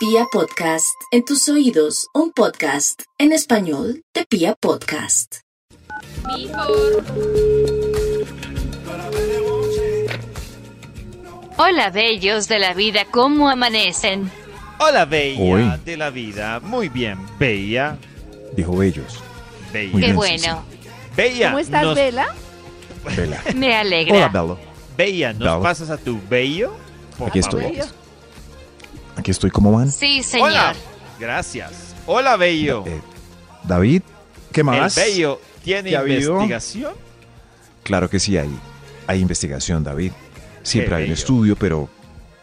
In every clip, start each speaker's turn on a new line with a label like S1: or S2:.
S1: Pia Podcast, en tus oídos, un podcast en español de Pia Podcast.
S2: Hola bellos de la vida, ¿cómo amanecen?
S3: Hola, Bella
S4: Uy.
S3: de la vida. Muy bien, Bella.
S4: Dijo Bellos.
S3: Bella.
S4: Muy
S2: Qué
S4: bien,
S2: bueno,
S3: Bella.
S5: ¿Cómo estás,
S3: nos,
S5: Vela?
S4: Vela.
S2: me
S4: Hola,
S2: alegra.
S4: Bello.
S3: Bella, ¿nos
S4: Bravo.
S3: pasas a tu bello? Por
S4: Aquí
S3: favor.
S4: estoy. Aquí estoy, ¿cómo van?
S2: Sí,
S3: Hola.
S2: señor.
S3: Gracias. Hola, bello.
S4: Eh, David, ¿qué
S3: El
S4: más?
S3: bello tiene
S4: ¿Qué ha habido?
S3: investigación.
S4: Claro que sí, hay, hay investigación, David. Siempre
S3: Qué
S4: hay un
S3: bello.
S4: estudio, pero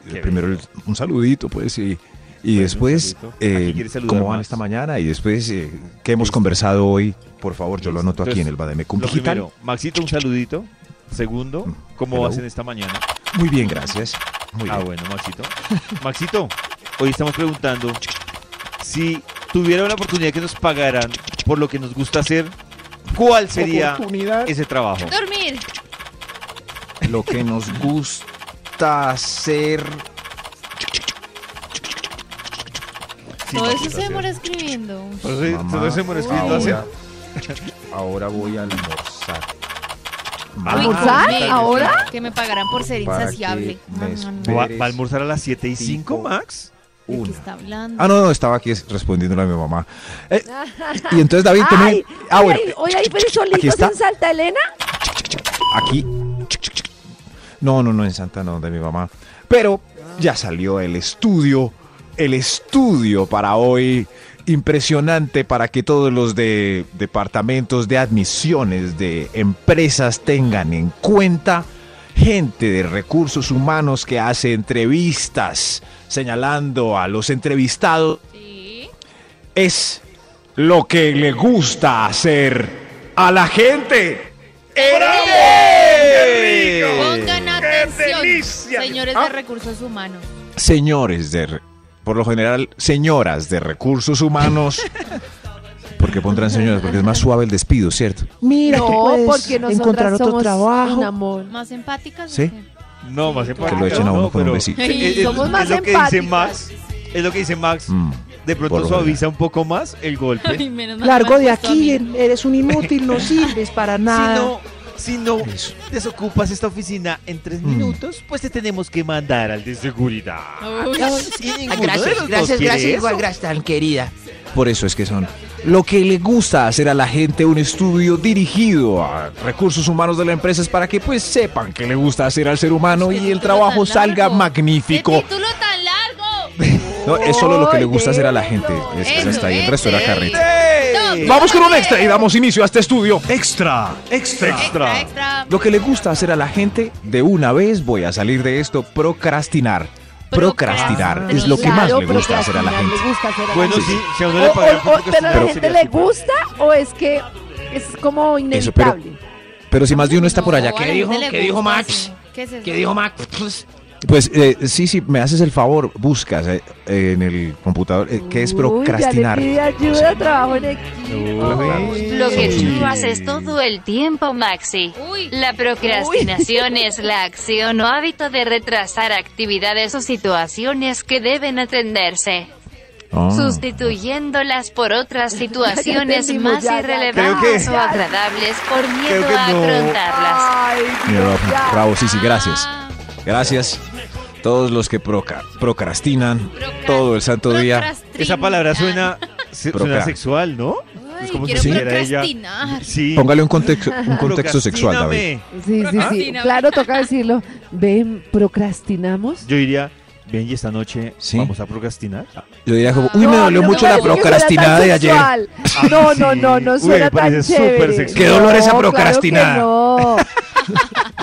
S4: eh,
S3: Qué
S4: primero
S3: bello.
S4: el- un saludito, pues, y, y
S3: Bueno,
S4: después,
S3: un saludito.
S4: eh,
S3: Aquí quieres saludar
S4: ¿cómo van
S3: más.
S4: esta mañana? Y después, eh, ¿qué hemos
S3: Listo.
S4: conversado hoy? Por favor, yo lo
S3: Listo.
S4: anoto aquí en el
S3: Entonces,
S4: Bademecum
S3: Lo
S4: Digital.
S3: primero, Maxito, un saludito. Segundo, ¿cómo
S4: Mm, Hello.
S3: hacen esta mañana?
S4: Muy bien, gracias. Muy
S3: Ah,
S4: bien.
S3: bueno, Maxito. Maxito, hoy estamos preguntando si tuviera una oportunidad que nos pagaran por lo que nos gusta hacer, ¿cuál sería
S4: Oportunidad.
S3: ese trabajo?
S5: Dormir.
S4: Lo que nos gusta hacer.
S3: Sí,
S5: Todo eso
S3: Maxito,
S5: se
S3: hacer.
S5: demora escribiendo.
S3: Entonces,
S4: Mamá,
S3: entonces Pues se molestó y no hace-
S4: ahora, ahora voy a almorzar.
S5: ¿Almorzar?
S4: Ah,
S5: ¿Ahora? Que me pagarán por ser
S4: Para
S5: insaciable.
S4: que me
S5: No, no, no.
S3: ¿Va,
S4: Pérez,
S3: va a almorzar a las 7 y
S4: cinco.
S3: 5, Max?
S5: ¿De qué
S4: Una.
S5: está hablando?
S4: Ah, no, no, estaba aquí respondiéndole a mi mamá. Eh, y entonces David, ¿qué me-
S6: Ay,
S4: Ah, bueno,
S6: Hoy hay- Hoy hay frijolitos
S4: Aquí está.
S6: en Santa Elena.
S4: aquí. No, no, no, en Santa no, de mi mamá. Pero ya salió el estudio, el estudio para hoy, impresionante para que todos los de departamentos de admisiones de empresas tengan en cuenta gente de recursos humanos que hace entrevistas, señalando a los entrevistados
S5: Sí.
S4: es lo que le gusta hacer a la gente.
S5: Pongan atención,
S3: delicia!
S5: señores de recursos humanos.
S4: Señores de, re- por lo general, señoras de recursos humanos. Porque pondrán señoras, porque es más suave el despido, ¿cierto?
S6: Mira,
S7: tú
S6: no,
S7: puedes
S6: porque nosotras
S7: encontrar otro
S6: somos
S7: trabajo.
S6: un amor.
S5: ¿Más empáticas? o
S4: Sí.
S5: qué?
S3: No, más
S4: Que lo echen a uno con un besito.
S5: Sí, somos
S6: más
S3: es lo que dice
S6: empáticas.
S3: Max. Es lo que dice Max.
S4: Mm.
S3: De
S4: por
S3: pronto
S4: lo
S3: suaviza un poco más el golpe.
S5: Ay, menos mal
S7: Largo
S5: me
S7: de
S5: gustó a
S7: aquí,
S5: mí.
S7: en- eres un inútil, no sirves para
S3: Si
S7: nada.
S3: no, si no
S4: Eso.
S3: desocupas esta oficina en tres
S4: Mm.
S3: minutos, pues te tenemos que mandar al de seguridad.
S5: Uy,
S4: Ah,
S3: Y ninguno
S7: Ay,
S3: de los dos quiere eso.
S7: gracias, tan querida.
S4: Por eso es que son lo que le gusta hacer a la gente un estudio dirigido a recursos humanos de la empresa es para que pues sepan que le gusta hacer al ser humano y el trabajo salga
S5: ¡Qué
S4: magnífico.
S5: título tan largo!
S4: No, es solo lo que le gusta
S6: Oy,
S4: hacer a la gente. Es, es
S5: Eso,
S4: hasta ahí, el resto era
S5: ese.
S4: carrito.
S3: ¡Ey!
S4: Vamos con un extra y damos inicio a este estudio. Extra,
S5: Extra, extra.
S4: Lo que le gusta hacer a la gente, de una vez voy a salir de esto, procrastinar. Procrastinar es lo que más
S6: Claro,
S4: le gusta hacer a la
S6: procrastinar,
S4: gente.
S6: le gusta hacer a la
S3: Bueno,
S6: gente.
S3: sí, si a
S6: O-
S3: uno le pagaran
S6: o-
S3: por
S6: o- ¿Pero a la
S4: Pero-
S6: gente le gusta o es que es como inevitable?
S4: Pero si más de uno está por allá,
S5: No,
S4: ¿qué
S5: a la
S4: dijo?
S5: gente le
S4: ¿Qué dijo
S5: gusta,
S4: Max?
S5: sí. ¿Qué es eso?
S4: ¿Qué dijo Max? Pues eh, sí, sí, me haces el favor, buscas eh, eh, en el computador eh, qué es
S6: Uy,
S4: procrastinar.
S6: ya le pide ayuda, trabajo en equipo.
S2: Lo que
S4: Sí.
S2: tú haces todo el tiempo, Maxi.
S5: Uy,
S2: La procrastinación es la acción o hábito de retrasar actividades o situaciones que deben atenderse,
S4: Ah.
S2: sustituyéndolas por otras situaciones
S6: entendimos,
S2: más
S6: ya, ya,
S2: irrelevantes
S3: creo
S2: o
S6: que-
S2: agradables por miedo
S3: que
S2: a
S3: no.
S2: afrontarlas.
S6: Ay,
S4: Mira,
S6: Dios,
S4: bravo,
S6: ya.
S4: bravo, sí, sí, gracias.
S5: Ah.
S4: Gracias. Todos los que proca- procrastinan
S5: Procrast-
S4: todo el santo día.
S5: procrastinar.
S3: Esa palabra suena, se-
S4: Procra.
S3: suena sexual, ¿no?
S5: Ay,
S3: Es como
S5: quiero
S3: si dijera ella.
S5: procrastinar.
S3: Sí.
S4: Póngale un contexto, un contexto sexual, David.
S3: Procrastíname.
S6: Sí, sí, sí.
S5: Procrastina.
S6: Claro, toca decirlo. Ven, procrastinamos.
S3: Yo diría, ven y esta noche
S4: Sí. Ah.
S3: vamos a procrastinar.
S4: Yo diría como, uy, me
S6: No,
S4: dolió
S6: no
S4: mucho
S6: me
S4: la
S6: parece que
S4: procrastinada de
S6: suena
S4: ayer.
S6: tan sexual. No, no, no,
S3: Ah, Uy,
S6: no
S3: me
S6: suena tan
S3: parece súper
S6: chévere.
S3: sexual.
S4: Qué dolor esa
S6: No, claro que
S4: procrastinada.
S6: no.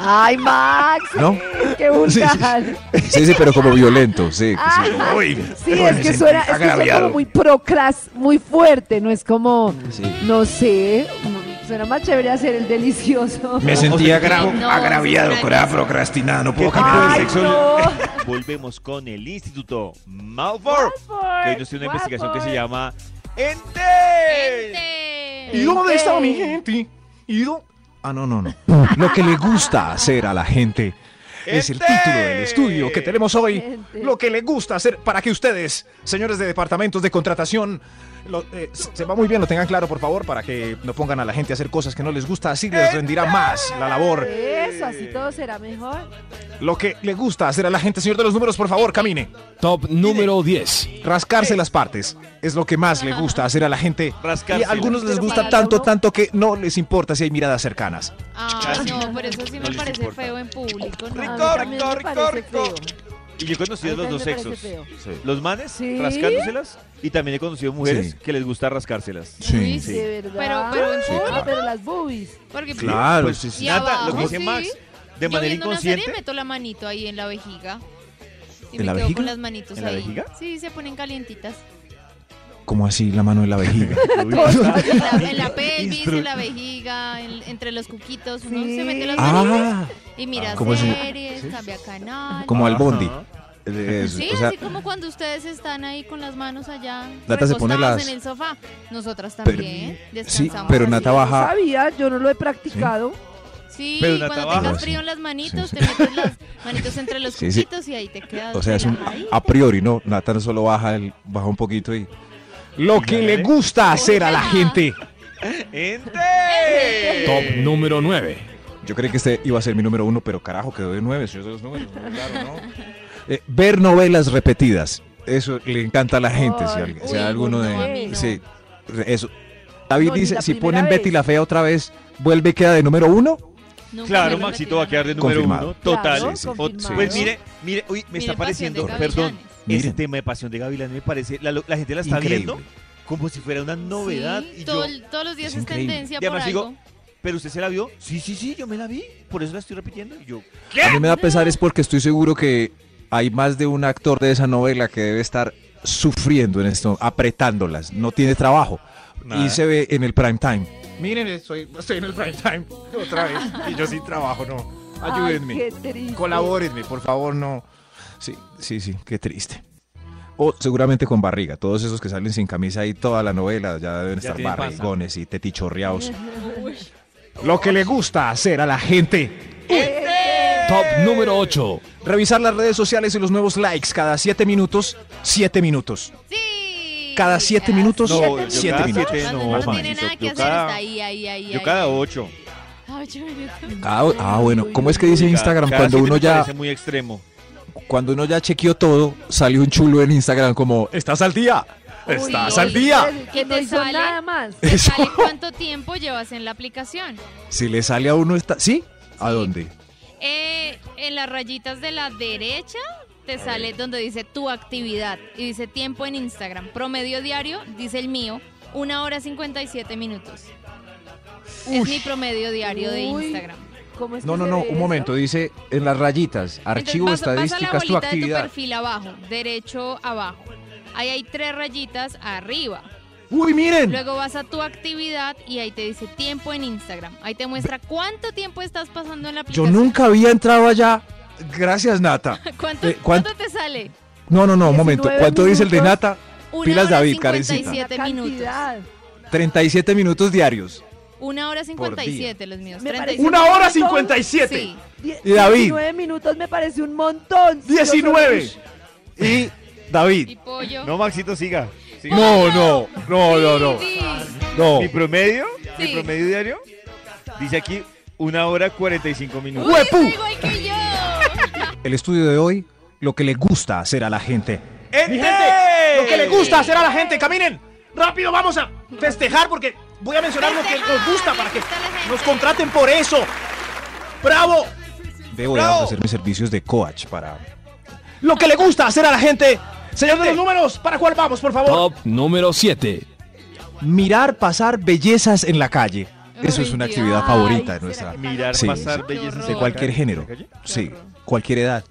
S6: Ay, Max.
S4: ¿No?
S6: Qué
S4: Sí,
S6: vulgar.
S4: Sí, sí, pero como violento, sí. que sí.
S6: Ah,
S4: Uy,
S6: Sí,
S4: me
S6: es que
S4: sentí
S6: suena, es que suena
S4: agraviado.
S6: como muy procras, muy fuerte, no es como,
S4: Sí.
S6: no sé, suena más chévere hacer el delicioso.
S4: Me sentí agra-
S5: No,
S4: agraviado
S5: no,
S4: con la procrastinada, no puedo
S3: ¿Qué tipo de
S4: cambiar.
S6: Ay,
S3: sexo?
S6: no.
S3: Volvemos con el Instituto Malfour. Que hoy nos tiene una investigación que se llama Ente.
S5: Gente.
S4: ¿Y dónde está mi gente? ¿Y dó- Ah, no, no, no. Lo que le gusta hacer a la gente es el
S3: ¡Ete!
S4: título del estudio que tenemos hoy.
S6: Gente.
S4: Lo que le gusta hacer para que ustedes, señores de departamentos de contratación, lo- eh, se se va muy bien, lo tengan claro, por favor, para que no pongan a la gente a hacer cosas que no les gusta. Así les rendirá más la labor.
S6: Eso, así todo será mejor.
S4: Lo que le gusta hacer a la gente, señor de los números, por favor, camine.
S8: Top número 10.
S4: Rascarse las partes es lo que más le gusta hacer a la gente. Y
S3: Rascárselas.
S4: a algunos les
S6: Pero
S4: gusta
S6: para
S4: tanto,
S6: uno-
S4: tanto que no les importa si hay miradas cercanas.
S5: Ah, no, pero eso sí
S3: No
S5: me
S3: les
S5: parece
S3: importa.
S5: feo en público.
S6: A mí
S5: No.
S3: Rico,
S6: también
S3: rico,
S6: me
S3: rico,
S6: parece
S3: rico.
S6: feo.
S3: Y yo he conocido
S6: A mí
S3: los dos
S6: también me
S3: sexos.
S6: parece
S3: Los manes
S6: ¿Sí?
S3: rascándoselas y también he conocido mujeres
S4: Sí.
S3: que les gusta rascárselas.
S5: Sí,
S6: Sí, de verdad.
S5: Pero- pero en
S6: Ah,
S5: público.
S6: pero las boobies.
S5: Porque
S4: Claro,
S3: Pues,
S4: sí, sí.
S5: Y
S3: Nata,
S5: abajo,
S3: lo que dice
S5: sí.
S3: Max, de
S5: yo
S3: manera
S5: viendo una serie
S3: inconsciente.
S5: meto la manito ahí en la vejiga. Y
S4: ¿En
S5: me
S4: la
S5: quedo
S4: vejiga?
S5: con las manitos
S3: ¿En la
S5: ahí.
S3: vejiga?
S5: Sí, se ponen calientitas.
S4: Como así la mano en la vejiga.
S3: Uy, basta.
S5: En la, en la pelvis,
S3: Instru-
S5: en la vejiga, en- entre los cuquitos. Uno
S6: Sí.
S5: se mete las manitas
S4: ah,
S5: y mira
S4: ¿cómo se-
S5: series, cambia canal.
S4: como al bondi.
S3: Ajá.
S4: Es-
S5: Sí,
S4: o sea,
S5: así como cuando ustedes están ahí con las manos allá
S4: Nata se pone
S5: recostados
S4: las-
S5: en el sofá. Nosotras
S4: Pero-
S5: también
S4: sí,
S5: descansamos.
S4: pero
S5: así.
S4: Nata
S6: Yo no
S4: baja.
S6: sabía, yo no lo he practicado.
S5: Sí,
S3: Pero Nata
S5: cuando
S3: baja.
S5: tengas
S4: Sí,
S5: frío en las manitos,
S4: sí,
S5: te metes las manitos entre los
S4: Sí, sí.
S5: cuquitos y ahí te quedas
S4: O sea, es un-
S5: relajadita.
S4: a priori, ¿no? Natán solo baja, el, baja un poquito y... Lo que le gusta hacer a la gente.
S3: ¡Ente!
S8: Top número 9.
S4: Yo creí que este iba a ser mi número uno, pero carajo, quedó de nueve. Señor de los números, claro, ¿no? Eh, ver novelas repetidas. Eso le encanta a la gente. si
S6: Ay,
S4: alguien-
S6: uy,
S4: si hay alguno
S6: no,
S4: de...
S6: a mí no.
S4: Sí, eso. David
S6: No, ni
S4: dice,
S6: la
S4: si
S6: primera
S4: ponen Betty
S6: vez.
S4: la Fea otra vez, vuelve y queda de número uno.
S5: Nunca me
S3: Claro,
S5: lo
S3: Maxito va a quedar de número
S4: Confirmado.
S3: uno. Total.
S6: Claro,
S4: Sí, sí.
S3: O-
S6: confirmado.
S3: Pues mire, mire, uy, me
S5: Miren
S3: está
S5: Pasión
S3: pareciendo,
S5: de Gavilanes.
S3: perdón, ese
S4: Miren.
S3: tema de Pasión de Gavilanes me parece, la, la gente la está
S4: Increíble.
S3: viendo como si fuera una novedad.
S5: Sí,
S3: y yo,
S5: todo el- todos los días
S4: Es
S5: es,
S4: increíble.
S5: tendencia
S3: Y
S5: por
S3: además
S5: algo.
S3: digo, ¿pero usted se la vio? Sí, sí, sí, yo me la vi, por eso la estoy repitiendo. Y yo,
S4: A mí me da pesar es porque estoy seguro que hay más de un actor de esa novela que debe estar sufriendo en esto, apretándolas, no tiene trabajo.
S3: Nada.
S4: Y se ve en el prime time. Miren, estoy, estoy en el prime time otra vez y yo sin trabajo, no.
S6: Ay, qué triste.
S4: colabórenme, por favor, no. Sí, sí, sí, qué triste. O seguramente con barriga, todos esos que salen sin camisa y toda la novela ya deben
S3: Ya
S4: estar
S3: tienen panza.
S4: barrigones y tetichorreados. Lo que le gusta hacer a la gente
S8: Top número 8.
S4: Revisar las redes sociales y los nuevos likes cada 7 minutos. 7 minutos.
S5: sí.
S4: Cada 7
S5: ya
S4: minutos.
S3: No, yo
S4: 7
S3: cada
S4: minutos.
S3: siete,
S5: Cuando
S3: no,
S5: no,
S4: Normal.
S5: tiene nada que
S3: Yo
S5: hacer,
S3: cada-
S5: está ahí, ahí, ahí.
S3: yo
S5: ahí.
S3: cada ocho.
S5: Ah, ocho minutos.
S4: Cada- ah, bueno, ¿cómo es que dice Instagram?
S3: Cada
S4: Cuando
S3: siete
S4: uno
S3: me
S4: ya,
S3: Parece muy extremo.
S4: cuando uno ya chequeó todo, salió un chulo en Instagram como ¿Estás al día? ¿Estás
S5: uy,
S4: al día?
S6: Que
S5: ¿Y
S6: no
S5: te
S6: hizo
S5: sale?
S6: nada más.
S5: ¿Te
S4: Eso.
S5: sale cuánto tiempo llevas en la aplicación?
S4: Si le sale a uno está. ¿Sí? ¿A dónde?
S5: Eh, en las rayitas de la derecha te sale donde dice tu actividad y dice tiempo en Instagram. Promedio diario, dice el mío, una hora 57 minutos. Es mi promedio diario de
S6: Uy.
S5: Instagram.
S6: ¿Cómo es
S4: No,
S6: que
S4: no,
S6: se
S4: no,
S6: ve
S4: un
S6: eso?
S4: momento, dice en las rayitas, archivo
S5: Entonces, pasa-
S4: estadísticas
S5: pasa
S4: tu
S5: la bolita de
S4: actividad.
S5: tu perfil abajo, derecho abajo. Ahí hay tres rayitas arriba.
S4: Uy, miren.
S5: Luego vas a tu actividad y ahí te dice tiempo en Instagram. Ahí te muestra cuánto tiempo estás pasando en la
S4: Yo
S5: aplicación.
S4: nunca había entrado allá. Gracias, Nata.
S5: ¿Cuánto,
S4: eh, ¿cuán-
S5: ¿Cuánto te sale?
S4: No, no, no, un momento.
S6: 19
S4: ¿Cuánto dice el de
S6: minutos.
S4: Nata?
S5: Una
S4: Pilas
S5: hora
S4: David, carecita.
S5: 57 minutos.
S6: Cantidad.
S4: 37 minutos diarios.
S5: Una hora
S4: Por día.
S5: 57 los míos.
S6: Me
S5: 37.
S6: parece un Una hora montón.
S4: 57.
S5: Sí.
S6: Die-
S4: Y David.
S6: 19 minutos me parece un montón. Si yo solo- Ush,
S4: Y
S5: Y
S4: David.
S5: pollo.
S3: No, Maxito, siga. siga.
S4: No, no, no, no, no.
S5: Sí,
S4: no.
S3: Mi promedio, mi
S5: Sí.
S3: promedio diario, dice aquí una hora 45 minutos.
S5: Uy,
S4: ¡Huepu!
S5: está igual que yo.
S4: El estudio de hoy, lo que le gusta hacer a la gente.
S9: Eh,
S3: ¡Ente!
S9: Lo que le gusta hacer a la gente, caminen. Rápido, vamos a festejar porque voy a mencionar lo que nos gusta para que nos contraten por eso. ¡Bravo!
S4: Debo de ofrecer mis servicios de coach para.
S9: Lo que le gusta hacer a la gente. Señor de los números, ¿para cuál vamos, por favor?
S8: Top número 7.
S4: Mirar pasar bellezas en la calle. Eso
S5: Ay,
S4: es una
S5: Dios.
S4: actividad
S6: Ay,
S4: favorita de
S6: ¿será
S4: nuestra.
S6: que
S3: Mirar
S4: Sí,
S3: pasar bellezas
S4: sí.
S5: Qué
S3: en
S4: De
S5: horror.
S3: la
S4: cualquier
S3: calle. Mm.
S4: género. Sí, cualquier edad.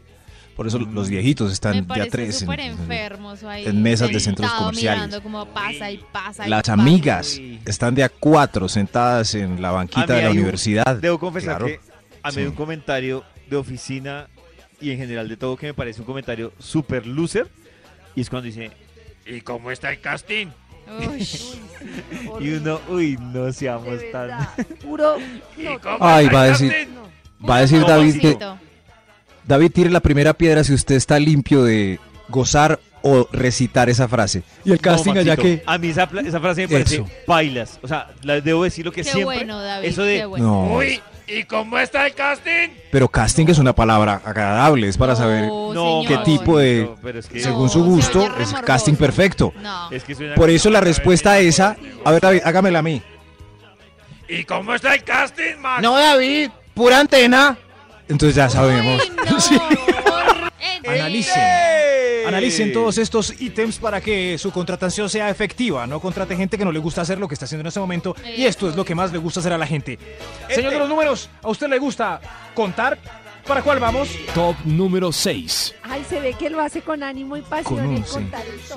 S4: Por eso los viejitos
S5: Me
S4: están ya
S5: parece
S4: tres. en-
S5: súper enfermo eso ahí.
S4: en mesas de
S5: sentado
S4: centros comerciales.
S5: mirando cómo pasa y pasa. y
S4: Las
S5: pasa.
S4: amigas están de a cuatro sentadas en la
S3: A
S4: banquita
S3: mí
S4: de la
S3: Ah, hay un-
S4: universidad.
S3: Debo confesar
S4: Claro.
S3: que a mí
S4: Sí.
S3: hay un comentario de oficina y en general de todo que me parece un comentario super loser y es cuando dice ¿Y cómo está el casting?
S5: Uy,
S3: Y uno, uy, no seamos
S6: de
S3: tan
S6: verdad, Puro. no,
S4: Ay, va a decir,
S6: no.
S4: va a decir
S5: un
S4: David que
S5: amorcito.
S10: David, tire la primera piedra si usted está limpio de gozar o recitar esa frase. Y el casting
S3: No,
S10: allá
S3: Maxito,
S10: que...
S3: A mí esa, pla- esa frase me parece
S10: Eso.
S3: bailas. O sea, la- debo decir lo que
S5: Qué
S3: siempre.
S5: bueno, David.
S3: eso de
S5: qué bueno.
S10: No,
S9: ¿y cómo está el casting?
S10: pero casting es una palabra agradable, es para saber,
S3: no,
S5: señor.
S10: qué tipo de-
S3: no, pero es que,
S10: según
S5: se
S10: su
S5: oye
S10: gusto, es
S5: remorboso.
S10: casting perfecto.
S5: No.
S3: es que suena
S10: Por eso la respuesta a esa... A ver, David, hágamela a mí.
S9: ¿Y cómo está el casting, Max?
S7: No, David, pura antena.
S10: Entonces ya sabemos.
S5: Ay, no. Hor- eh,
S4: Analicen. Analicen todos estos ítems para que su contratación sea efectiva. No contrate gente que no le gusta hacer lo que está haciendo en este momento. Y esto es lo que más le gusta hacer a la gente. Señor de los números, ¿a usted le gusta contar? ¿Para cuál vamos?
S8: Top número 6.
S6: Ay, se ve que lo hace con ánimo y pasión
S10: Con un,
S6: y
S10: sí.
S6: con talento.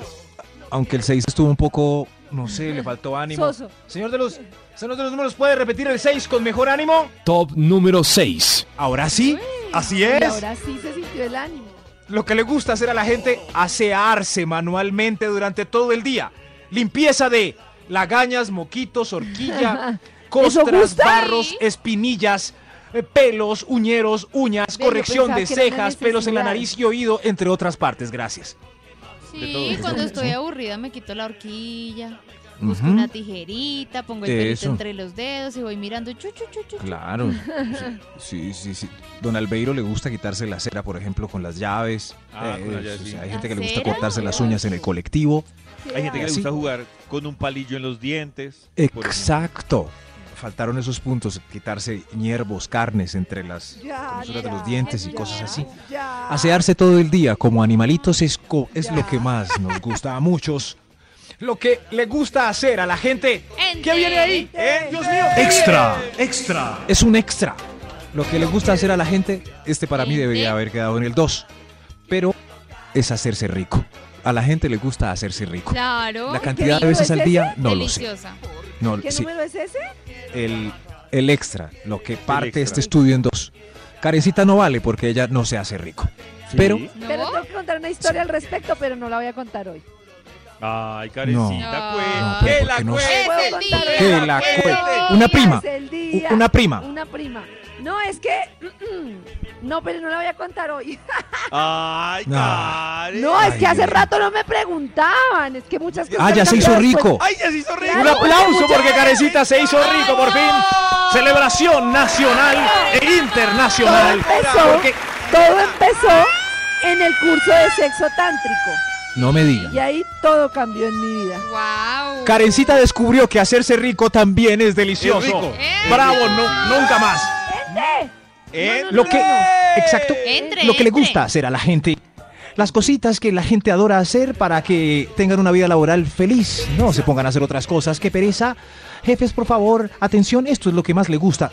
S10: Aunque el 6 estuvo un poco...
S4: No sé, le faltó ánimo.
S6: Soso.
S4: Señor de los, señor de los números, ¿puede repetir el 6 con mejor ánimo?
S8: Top número 6.
S4: Ahora sí, así
S6: Y
S4: es.
S6: ahora sí se sintió el ánimo.
S4: Lo que le gusta hacer a la gente, asearse manualmente durante todo el día. Limpieza de lagañas, moquitos, horquilla, costras,
S6: gusta?
S4: barros, espinillas, eh, pelos, uñeros, uñas,
S6: Ve, yo
S4: corrección de
S6: pensaba que era una
S4: cejas, pelos en la
S6: necesidad.
S4: nariz y oído, entre otras partes. Gracias.
S5: Sí,
S3: todo.
S5: cuando estoy aburrida me quito la horquilla, busco una tijerita, pongo el pelito
S10: Eso.
S5: entre los dedos y voy mirando. chu, chu, chu, chu, chu.
S10: Claro. Sí, sí, sí. Don Albeiro le gusta quitarse la cera, por ejemplo, con las llaves.
S3: Ah, con las
S10: eso,
S3: llaves,
S10: o sea,
S3: sí.
S10: Hay
S5: ¿La
S10: gente que le gusta
S5: cera?
S10: cortarse las uñas en el colectivo.
S3: Hay gente que le
S10: Así.
S3: gusta jugar con un palillo en los dientes. por ejemplo.
S10: Exacto. Faltaron esos puntos, quitarse hierbos, carnes entre las
S6: Ya,
S10: comisuras de
S6: ya,
S10: los dientes y cosas
S6: ya,
S10: así.
S6: ya.
S10: Asearse todo el día como animalitos es, co- es lo que más nos gusta a muchos.
S4: Lo que le gusta hacer a la gente. ¿Qué viene ahí? ¿Eh? Dios mío. ¿qué viene?
S9: extra.
S10: Es un extra. Lo que le gusta hacer a la gente, este para mí debería haber quedado en el 2. Pero es hacerse rico. A la gente le gusta hacerse rico.
S5: Claro.
S10: La cantidad de
S6: rico
S10: veces
S6: es
S10: al
S6: ese?
S10: día, no lo sé.
S5: Deliciosa.
S10: No,
S6: ¿Qué
S10: sí,
S6: número es ese?
S10: el, el extra, lo que parte
S3: extra.
S10: este estudio en dos. Carecita no vale porque ella no se hace rico. Pero
S3: Sí.
S5: ¿No?
S6: Pero tengo que contar una historia al respecto, pero no la voy a contar hoy.
S3: Ay, carecita,
S5: No.
S3: pues.
S10: No, pero ¿por qué no?
S9: cuente,
S6: Ay, puedo
S5: el
S6: contar
S5: día.
S6: hoy.
S10: Que la
S6: Hoy
S10: cuente. Una
S6: es
S10: prima.
S6: el
S10: U-
S6: día.
S10: Una prima.
S6: Una prima. No, es que. mm, No, pero no la voy a contar hoy.
S3: Ay,
S10: No.
S3: care.
S6: No, es
S10: Ay,
S6: que hace
S10: Dios.
S6: rato no me preguntaban. Es que muchas cosas.
S10: Ah, ya se
S6: cambiaron
S10: hizo
S6: después.
S10: rico.
S3: Ay, ya se hizo rico.
S4: Un
S6: Claro,
S4: aplauso
S6: muchas
S4: porque
S6: gracias.
S4: Carecita se hizo rico por fin. Celebración nacional e
S6: Todo
S4: internacional.
S6: empezó,
S4: Porque
S6: todo empezó en el curso de sexo tántrico.
S10: No me diga.
S6: Y ahí todo cambió en mi vida.
S5: Wow.
S4: Karencita descubrió que hacerse rico también es delicioso.
S3: Es rico.
S4: Bravo, no, nunca más.
S3: Eh,
S4: Lo que exacto,
S5: Entre,
S4: lo que le
S5: entre.
S4: gusta hacer a la gente. Las cositas que la gente adora hacer para que tengan una vida laboral feliz, no se pongan a hacer otras cosas, qué pereza. Jefes, por favor, atención, esto es lo que más le gusta.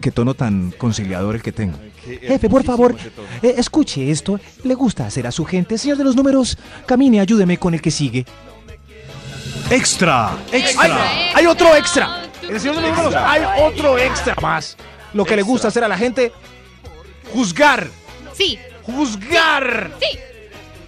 S10: Qué tono tan conciliador el que tengo.
S3: qué
S4: Jefe,
S3: hermosísimo
S4: por favor,
S3: ese tono.
S4: eh, escuche esto, le gusta hacer a su gente. Señor de los números, camine, ayúdeme con el que sigue.
S9: Extra.
S4: ¡Ay! hay otro extra. El señor de los números, hay otro extra más. Lo que le gusta hacer a la gente, juzgar,
S5: Sí,
S4: juzgar.
S5: sí.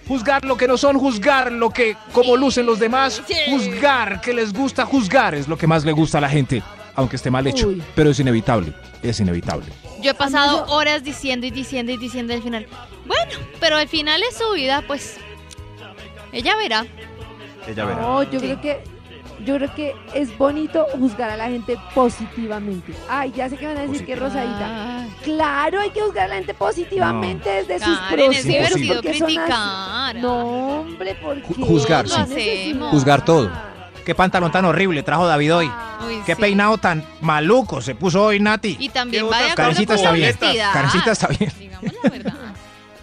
S4: Juzgar lo que no son, juzgar lo que, como lucen los demás,
S5: Sí.
S4: juzgar, que les gusta juzgar, es lo que más le gusta a la gente, aunque esté mal hecho.
S6: Uy.
S10: Pero es inevitable. Es inevitable.
S5: Yo he pasado horas diciendo y diciendo y diciendo al final. Bueno, pero al final es su vida, pues. Ella verá.
S3: Ella verá.
S6: No, yo
S5: Sí.
S6: creo que yo creo que es bonito juzgar a la gente positivamente. Ay, ya sé que van a decir que es rosadita.
S5: Ay,
S6: Claro, hay que juzgar a la gente positivamente desde sus
S5: Karen, es
S6: procesos.
S5: divertido
S6: porque son así.
S5: criticar.
S6: No, hombre, ¿por
S10: Ju-
S6: qué?
S10: juzgar,
S6: No
S10: sí.
S6: necesitan.
S10: Juzgar todo.
S4: Qué pantalón tan horrible trajo David hoy.
S5: Uy,
S4: Qué
S5: sí.
S4: peinado tan maluco se puso hoy Nati.
S5: Y también
S3: Qué
S5: va de
S3: botas,
S5: acuerdo
S4: Karencita
S5: con
S4: está
S5: la
S4: bien.
S5: honestidad.
S4: Karencita está bien.
S5: Digamos la verdad.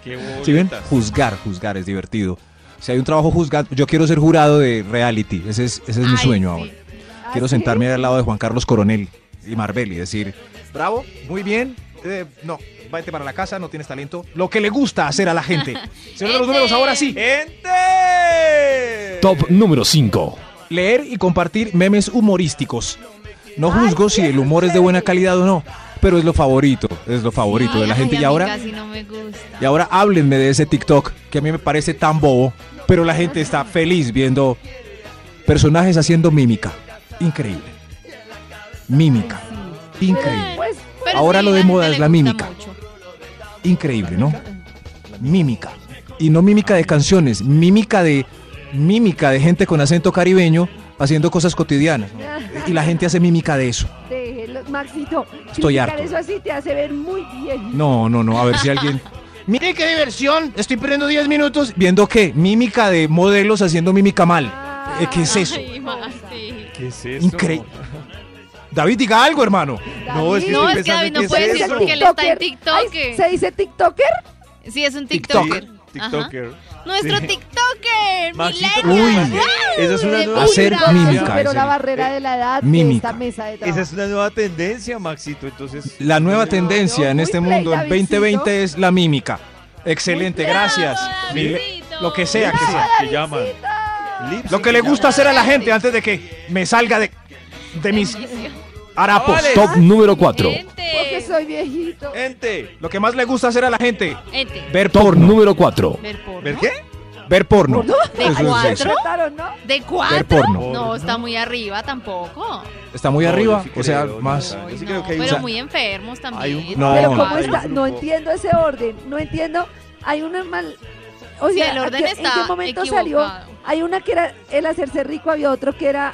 S3: Qué
S10: ¿Sí ven?
S3: bolitas.
S10: Juzgar, juzgar es divertido. Si hay un trabajo juzgado, yo quiero ser jurado de reality. Ese es, ese es mi
S5: Ay,
S10: sueño
S5: sí.
S10: ahora.
S6: Ah,
S10: Quiero
S6: ¿sí?
S10: sentarme al lado de Juan Carlos Coronel y Marbel y decir,
S4: Bravo, muy bien. Eh, no, vete para la casa, no tienes talento. Lo que le gusta hacer a la gente. Señor de los números,
S5: Este.
S4: ahora sí.
S3: ¡Gente!
S8: Top número 5.
S10: leer y compartir memes humorísticos. No
S6: Ay,
S10: juzgo si
S6: sí,
S10: el
S6: eso
S10: humor
S6: es
S10: es de buena
S6: chévere.
S10: calidad o no, pero es lo favorito, es lo favorito de la
S5: Ay,
S10: gente.
S5: ay,
S10: y
S5: a mí
S10: ahora,
S5: casi no me gusta.
S10: y ahora háblenme de ese TikTok que a mí me parece tan bobo, pero la gente está feliz viendo personajes haciendo mímica. Increíble. Mímica.
S6: Pero
S10: Increíble.
S6: Pues,
S5: Pero
S10: ahora
S5: sí,
S10: lo de
S5: gente
S10: moda
S5: le
S10: es la
S5: gusta
S10: mímica.
S5: mucho.
S10: Increíble, ¿no?
S4: mímica. Y no mímica de canciones, mímica de mímica de gente con acento caribeño haciendo cosas cotidianas. ¿no? Y la gente hace mímica de eso.
S6: Déjelo, Maxito.
S4: Estoy
S6: criticar
S4: harto.
S6: eso así te hace ver muy bien.
S4: No, no, no, a ver si alguien
S11: Mire qué diversión. Estoy perdiendo 10 minutos.
S4: viendo qué, mímica de modelos haciendo mímica mal. Eh, ¿Qué
S6: Ah,
S4: es eso?
S5: Ay, Maxi.
S3: ¿Qué es eso?
S4: Increíble. David, diga algo, hermano.
S3: No, es que
S5: No,
S3: estoy
S5: es que
S3: pensando
S5: David no
S3: en qué
S5: puede
S3: es
S5: decir
S3: eso.
S5: porque él está en
S6: Ay,
S5: TikTok.
S6: ¿Se dice TikToker?
S5: Sí, es un
S4: TikTok.
S5: TikToker. Ajá.
S3: TikToker.
S5: Nuestro
S3: Sí.
S5: TikToker.
S3: Maxito,
S5: Millennial.
S4: uy,
S5: ¡Wow!
S3: esa es una
S5: De
S3: nueva-
S5: ultra.
S4: Hacer
S6: Eh, Pero
S4: mímica,
S6: superó
S4: ese.
S6: la barrera de la edad de
S4: Mímica.
S6: esta mesa de trabajo.
S3: Esa es una nueva tendencia, Maxito. Entonces,
S4: La nueva
S6: No,
S4: tendencia
S6: no,
S4: en
S6: muy
S4: este
S6: play,
S4: mundo, en
S6: Davidcito.
S4: 2020, es la mímica. Excelente,
S6: Muy play.
S4: gracias.
S5: Bravo,
S4: Mil-
S5: Davidcito.
S4: Lo que sea, que
S3: Lips
S4: sea.
S3: que llaman. Lips
S4: Lo que le gusta hacer a la gente antes de que me salga de, de mis harapos. Top.
S8: Top número 4.
S3: Eh,
S6: Porque
S5: Ente.
S6: soy viejito.
S3: Gente.
S4: Lo que más le gusta hacer a la gente,
S5: Ente.
S4: ver
S8: Top
S4: porno.
S8: número 4.
S5: Ver porno.
S3: ¿Ver qué?
S4: Ver porno.
S5: ¿De
S4: Eso es
S5: cuatro?
S6: ¿Trataron, no?
S5: ¿De cuatro?
S4: Ver porno.
S5: No, está muy arriba tampoco.
S4: Está muy
S3: No,
S4: arriba,
S3: yo sí
S4: o sea,
S3: creo,
S4: más.
S3: no,
S5: Ay,
S3: yo sí
S5: no,
S3: creo que hay
S5: pero
S3: un-
S5: muy enfermos también.
S3: hay un-
S4: No.
S6: Pero
S4: no,
S6: ¿cómo
S3: hay
S6: está?
S3: un
S6: No
S3: grupo.
S6: entiendo ese orden. No entiendo. Hay una mal... O
S5: Sí,
S6: sea,
S5: el orden
S6: ¿a qué-
S5: está
S6: ¿en qué momento
S5: equivocado.
S6: salió? Hay una que era el hacerse rico, había otro que era...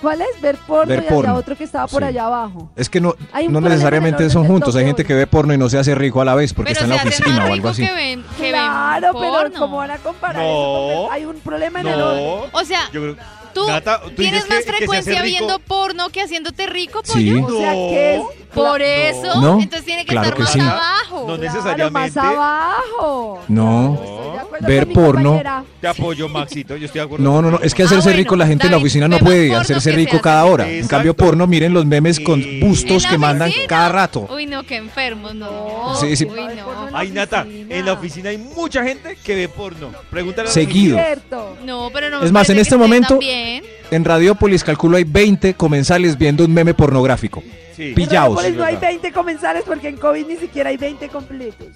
S6: ¿Cuál es? Ver porno
S4: Ver
S6: y había
S4: porno.
S6: otro que estaba por
S4: Sí.
S6: allá abajo.
S4: Es que no,
S6: Hay un
S4: no
S6: problema en
S4: necesariamente
S6: el
S4: son
S6: orden del
S4: juntos. Hay gente
S6: todo.
S4: que ve porno y no se hace rico a la vez porque
S5: pero
S4: está en
S5: se
S4: la
S5: hacen
S4: oficina
S5: más
S4: o algo
S5: ricos
S4: así.
S5: Que ven, que ven
S6: Claro, pero
S5: porno.
S6: ¿cómo van a comparar eso?
S3: No.
S6: con ver- Hay un problema en el orden.
S3: No.
S5: O sea,
S3: Yo creo
S5: tú
S3: Nata, ¿tú dices
S5: tienes
S3: que-
S5: más
S3: que se hace
S5: frecuencia
S3: rico?
S5: viendo porno que haciéndote rico, pollo.
S4: Sí.
S6: O sea,
S3: No.
S6: que es
S5: Por eso,
S4: No,
S5: entonces tiene que
S4: claro
S5: estar
S4: que
S5: más
S4: sí.
S5: abajo.
S3: No,
S6: claro,
S3: necesariamente.
S6: más abajo.
S4: No.
S6: Claro, estoy de acuerdo
S4: Ver
S6: con mi
S4: porno.
S6: compañera.
S3: Te apoyo, Maxito. Yo estoy de acuerdo.
S4: No, no, no,
S3: contigo,
S4: es que
S5: Ah,
S4: hacerse
S5: bueno,
S4: rico la gente en la
S5: David,
S4: oficina no
S5: ve más
S4: puede
S5: porno
S4: hacerse
S5: que se
S4: rico
S5: hace
S4: cada hora. En
S3: Exacto.
S4: cambio, porno, miren los memes con
S3: Sí.
S4: bustos
S5: En
S4: que
S5: la
S4: mandan
S5: oficina.
S4: cada rato.
S5: Uy, no, qué enfermo, no.
S4: Sí, sí.
S5: Uy, no.
S3: Maxito. Ay, Nata, en la oficina hay mucha gente que ve porno. Pregúntale a la
S4: Seguido.
S6: Cierto.
S5: No, pero no me
S4: Es más, en
S5: parece que
S4: este
S5: esté
S4: momento-
S5: tan bien.
S4: En Radiopolis, calculo, hay 20 comensales viendo un meme pornografíco.
S3: oficina. Sí.
S4: Pilla- Pillaos.
S6: Por eso no hay
S3: Sí,
S6: 20 comensales porque en COVID ni siquiera hay 20 completos.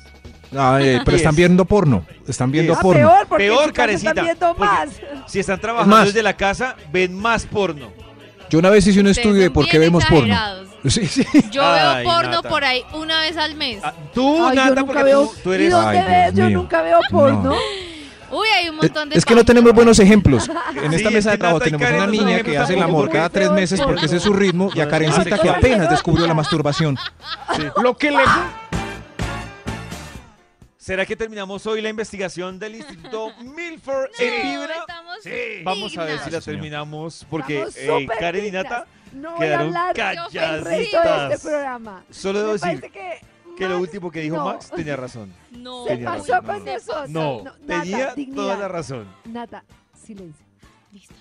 S4: Ay, pero
S3: Yes.
S4: están viendo porno. Están viendo
S3: Yes.
S6: Ah,
S4: porno.
S6: peor, porque
S3: Peor,
S6: en su casa
S3: carecita,
S6: están viendo
S3: porque-
S6: más.
S3: Si están trabajando
S4: Es más.
S3: desde la casa, ven más porno.
S4: Yo una vez hice un estudio de
S5: son
S4: por qué
S5: bien
S4: vemos porno.
S5: exagerados.
S4: Sí, sí.
S5: Yo
S3: Ay,
S5: veo porno
S3: Nata.
S5: por ahí una vez al mes.
S3: Ah, tú,
S6: Ay, yo
S3: Nata,
S6: nunca
S3: porque
S6: veo.
S3: tú, tú eres.
S6: ¿Y dónde
S4: Ay,
S6: ves?
S4: Dios
S6: Yo
S4: mío.
S6: nunca veo porno.
S5: Uy, hay un
S4: Es,
S5: montón de
S4: Eh, es que no
S5: páginas.
S4: tenemos buenos ejemplos. En
S3: Sí,
S4: esta
S3: es
S4: mesa de
S3: que
S4: trabajo
S3: Nata y
S4: tenemos
S3: Karen
S4: una
S3: no son
S4: niña que
S3: ejemplos
S4: hace el amor
S3: tampoco.
S4: cada tres meses porque ese es su ritmo y a Karencita que apenas descubrió la
S3: Eh.
S4: masturbación. Lo que le
S3: ¿Será que terminamos hoy la investigación del Instituto Milford
S5: No,
S3: en Vibra?
S5: estamos
S3: Vamos a ver si la
S5: dignas.
S3: terminamos porque
S6: Estamos
S3: eh,
S6: súper
S3: Karen y
S6: dignas.
S3: Nata
S6: No voy a
S3: quedaron
S6: hablar del resto de este
S3: calladitas.
S6: programa.
S3: Solo debo
S6: Me
S3: decir
S6: parece que,
S3: que lo
S6: Max
S3: último que dijo
S6: no.
S3: Max tenía razón.
S5: No.
S6: se
S3: tenía
S6: pasó
S3: razón,
S6: con
S3: no,
S6: nosotros.
S3: No,
S6: Nata,
S3: tenía
S6: dignidad.
S3: toda la razón.
S6: Nata, silencio.
S5: Listo.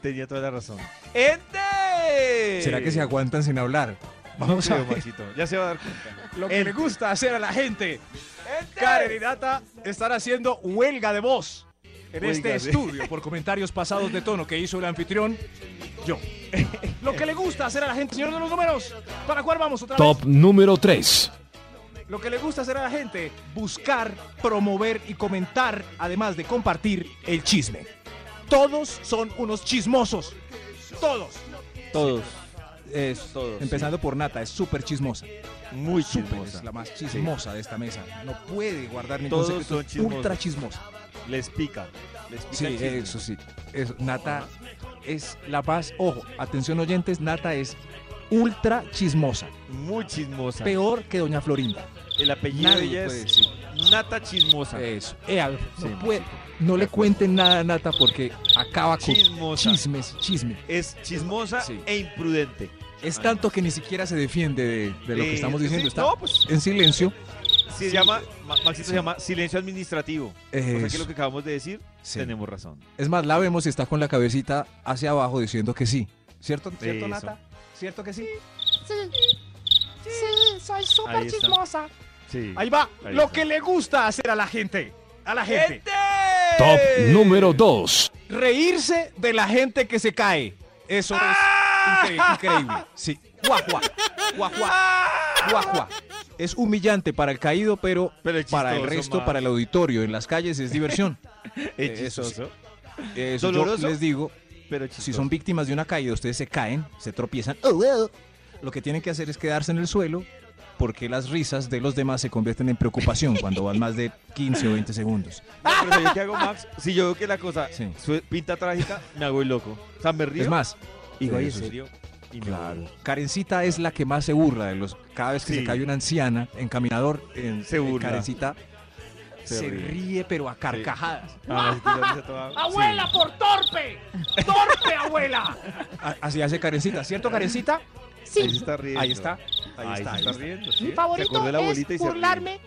S3: Tenía toda la razón. ¡Ente!
S4: ¿Será que se aguantan sin hablar?
S3: Vamos
S4: Vamos a ver.
S3: Ya se va a dar cuenta.
S4: Lo que le gusta hacer a la gente.
S3: ¡Ente!
S4: Karen y Nata están haciendo huelga de voz en
S3: Huelga
S4: este
S3: de-
S4: estudio por comentarios pasados de tono que hizo el anfitrión, yo.
S12: Lo que le gusta hacer a la gente, señor de los números. ¿Para cuál vamos otra
S8: Top número 3.
S12: vez? Lo que le gusta hacer a la gente, buscar, promover y comentar, además de compartir el chisme. Todos son unos chismosos. Todos.
S3: Todos.
S4: Es,
S3: Todos,
S4: empezando por Nata, es súper chismosa.
S3: Muy
S4: Súper, es
S3: chismosa.
S4: la más chismosa de esta mesa. No puede guardar ningún
S3: Todos
S4: secreto.
S3: son
S4: es
S3: chismosos.
S4: Ultra chismosa.
S3: Les pica. Les pica
S4: Sí,
S3: el chisme.
S4: eso sí. Eso, Nata es la más. Ojo, atención oyentes, Nata es ultra chismosa.
S3: Muy chismosa.
S4: Peor que Doña Florinda.
S3: El apellido de
S4: Nadie
S3: ella
S4: puede
S3: es
S4: decir. Eh,
S3: Nata Chismosa.
S4: Eso. Ea, no,
S3: Sí,
S4: puede- no le cuenten nada a Nata porque acaba con
S3: Chismosa.
S4: chismes, chisme.
S3: Es chismosa
S4: Sí.
S3: e imprudente. Ah,
S4: Es tanto que ni siquiera se defiende de, de lo
S3: Eh,
S4: que estamos
S3: sí,
S4: diciendo.
S3: sí,
S4: Está
S3: No, pues
S4: en silencio.
S3: se llama, Ma- Maxito se llama silencio administrativo. O sea que
S4: Eso,
S3: Pues lo que acabamos de decir,
S4: sí.
S3: tenemos razón.
S4: Es más, la vemos y está con la cabecita hacia abajo diciendo que sí. ¿Cierto,
S3: Eso.
S4: ¿Cierto Nata? ¿Cierto que sí?
S11: soy
S3: Ahí está.
S11: chismosa.
S3: Sí.
S12: Ahí va.
S3: Ahí
S12: lo
S3: está.
S12: que le gusta hacer a la gente. A la gente.
S8: Top
S4: Eh.
S8: número 2.
S4: Reírse de la gente que se cae. Eso es incre- increíble. Sí. Guajua. Guajua. Guajua. Es humillante para el caído, pero,
S3: Pero es
S4: para el
S3: chistoso,
S4: resto,
S3: ma.
S4: para el auditorio, en las calles es diversión.
S3: Es
S4: Eh,
S3: chistoso,
S4: eso Eso yo
S3: Doloroso.
S4: les digo,
S3: pero chistoso.
S4: si son víctimas de una caída, ustedes se caen, se tropiezan. "Oh, oh". Lo que tienen que hacer es quedarse en el suelo, por qué las risas de los demás se convierten en preocupación cuando van más de 15 o 20 segundos.
S3: No, pero ¿sabes qué hago, Max? Si yo veo que la cosa
S4: Sí.
S3: sue- pinta trágica, me hago el loco. O sea, me río.
S4: Es más,
S3: y digo,
S4: sí,
S3: "Ay, ¿en
S4: eso sí.
S3: serio? Y me
S4: Claro.
S3: voy.
S4: Karencita es la que más se burla de los. Cada vez que
S3: Sí.
S4: se cae una anciana en caminador, en, eh,
S3: Se burla.
S4: Karencita
S3: Se
S4: se,
S3: ríe.
S4: ríe. pero a carcajadas.
S3: Ah, sí, tira risa toda-
S7: ¡Abuela, por torpe! ¡Torpe, abuela!
S4: A- Así hace Karencita, ¿cierto, Karencita?
S3: Ahí se está riendo.
S4: Ahí está. Ahí,
S3: Ahí
S4: está.
S3: se
S4: ahí
S3: está
S4: está.
S3: riendo.
S7: pues, Mi
S3: ¿sí? Se
S7: favorito
S3: acordó de la abuelita y
S7: es
S3: se ríe.
S7: burlarme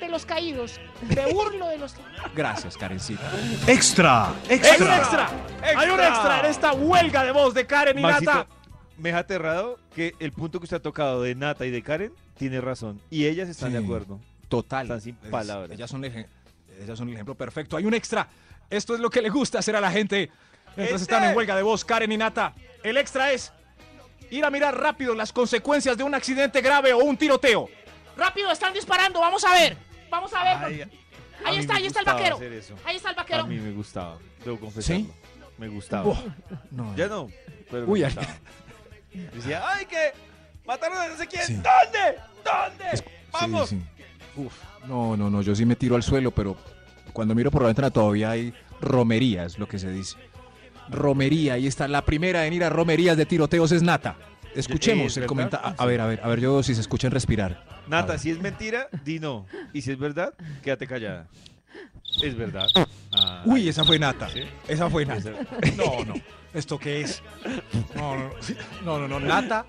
S7: de los caídos. Me burlo de los caídos.
S4: Gracias, Karencita.
S8: Extra,
S7: ¡Hay un
S8: extra.
S7: extra! ¡Hay un extra en esta huelga de voz de Karen y
S3: Maxito,
S7: Nata!
S3: me ha aterrado que el punto que usted ha tocado de Nata y de Karen tiene razón. Y ellas están
S4: Sí.
S3: de acuerdo.
S4: Total.
S3: Están sin
S4: Es-
S3: palabras.
S4: Ellas son, eje- ellas son el ejemplo perfecto. Hay un extra. Esto es lo que le gusta hacer a la gente. Entonces
S8: Este.
S4: están en huelga de voz, Karen y Nata.
S8: El extra es ir a mirar rápido las consecuencias de un accidente grave o un tiroteo.
S7: ¡Rápido, están disparando! ¡Vamos a ver! ¡Vamos a ver!
S3: Ay, a
S7: ahí
S3: mí
S7: está,
S3: me
S7: ahí está el
S3: gustaba
S7: vaquero.
S3: hacer eso.
S7: Ahí está el
S3: A
S7: vaquero.
S3: mí me gustaba, debo confesarlo. Me gustaba.
S4: No,
S3: Ya no. Pero
S4: Uy,
S3: me
S4: ay.
S3: gustaba. Decía, ay, que mataron a no sé quién.
S4: Sí.
S3: ¿Dónde? ¿Dónde? Vamos.
S4: Sí, sí. Uf, no, no, no, yo sí me tiro al suelo, pero cuando miro por la ventana todavía hay romerías, lo que se dice. Romería, ahí está la primera en ir a romerías de tiroteos es Nata.
S3: ¿Es
S4: Escuchemos el
S3: verdad?
S4: comentario. A, a ver, a ver, a ver, yo si se escuchan respirar. A
S3: Nata,
S4: ver.
S3: si es mentira, di no. Y si es verdad, quédate callada. Es verdad. Ah,
S4: Uy, esa fue Nata.
S3: ¿sí?
S4: Esa fue
S3: Es
S4: Nata.
S3: verdad.
S4: No, no. ¿Esto qué es? No, no, no, no, no, Nata,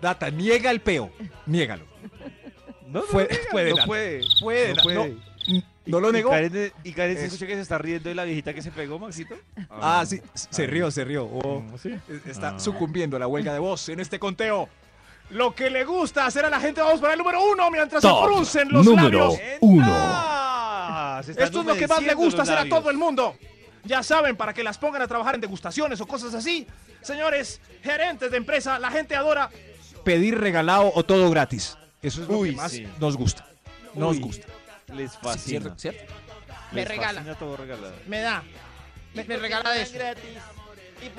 S4: Nata, niega el peo. Niégalo.
S3: No, no,
S4: Fue-
S3: no,
S4: fue de
S3: no
S4: Nata.
S3: puede.
S4: Fue de
S3: no
S4: Nata,
S3: puede.
S4: no. ¿No lo
S3: ¿Y
S4: negó?
S3: Karen, y Karen se
S4: Es-
S3: escucha que se está riendo de la viejita que se pegó, Maxito?
S4: Ah, sí, se rió, se rió. Oh.
S3: ¿Sí?
S8: Eh,
S4: Está
S3: Ah.
S4: sucumbiendo a la huelga de voz en este conteo.
S8: Lo que le gusta hacer a la gente, vamos para el número uno mientras se
S13: Top
S8: fruncen los
S13: número
S8: labios.
S13: uno.
S3: ¡Ah! Se están
S8: Esto es lo que más le
S3: humedeciendo
S8: gusta
S3: los
S8: hacer a
S3: labios.
S8: todo el mundo. Ya saben, para que las pongan a trabajar en degustaciones o cosas así. Señores, gerentes de empresa, la gente adora.
S4: Pedir regalado o todo gratis. Eso es lo
S3: Uy,
S4: que más
S3: sí.
S4: nos gusta. Nos
S3: Uy,
S4: gusta.
S3: Les
S4: Sí,
S3: fascina.
S4: ¿Cierto? ¿Cierto?
S3: Les
S7: Me regala.
S3: fascina todo regalado.
S7: Me da. Me, me regala de eso.
S14: qué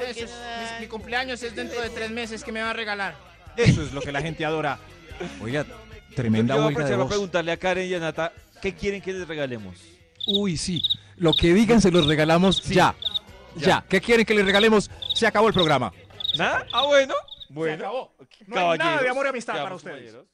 S7: Eso es- mi, mi cumpleaños es dentro de tres meses que me va a regalar.
S8: Eso es lo que la gente adora.
S4: Oiga,
S3: Yo quiero
S4: tremenda huelga de
S3: aprovechar para
S4: voz.
S3: preguntarle a Karen y a Nata, ¿qué quieren que les regalemos?
S4: Uy, sí. Lo que digan se los regalamos ya. ya. ¿Qué quieren que les regalemos? Se acabó el programa.
S3: ¿Nada? Ah, bueno. Bueno.
S8: acabó. No hay
S3: Caballeros,
S8: nada de amor y amistad
S3: ya,
S8: para
S3: pues,
S8: ustedes.
S3: caballeros.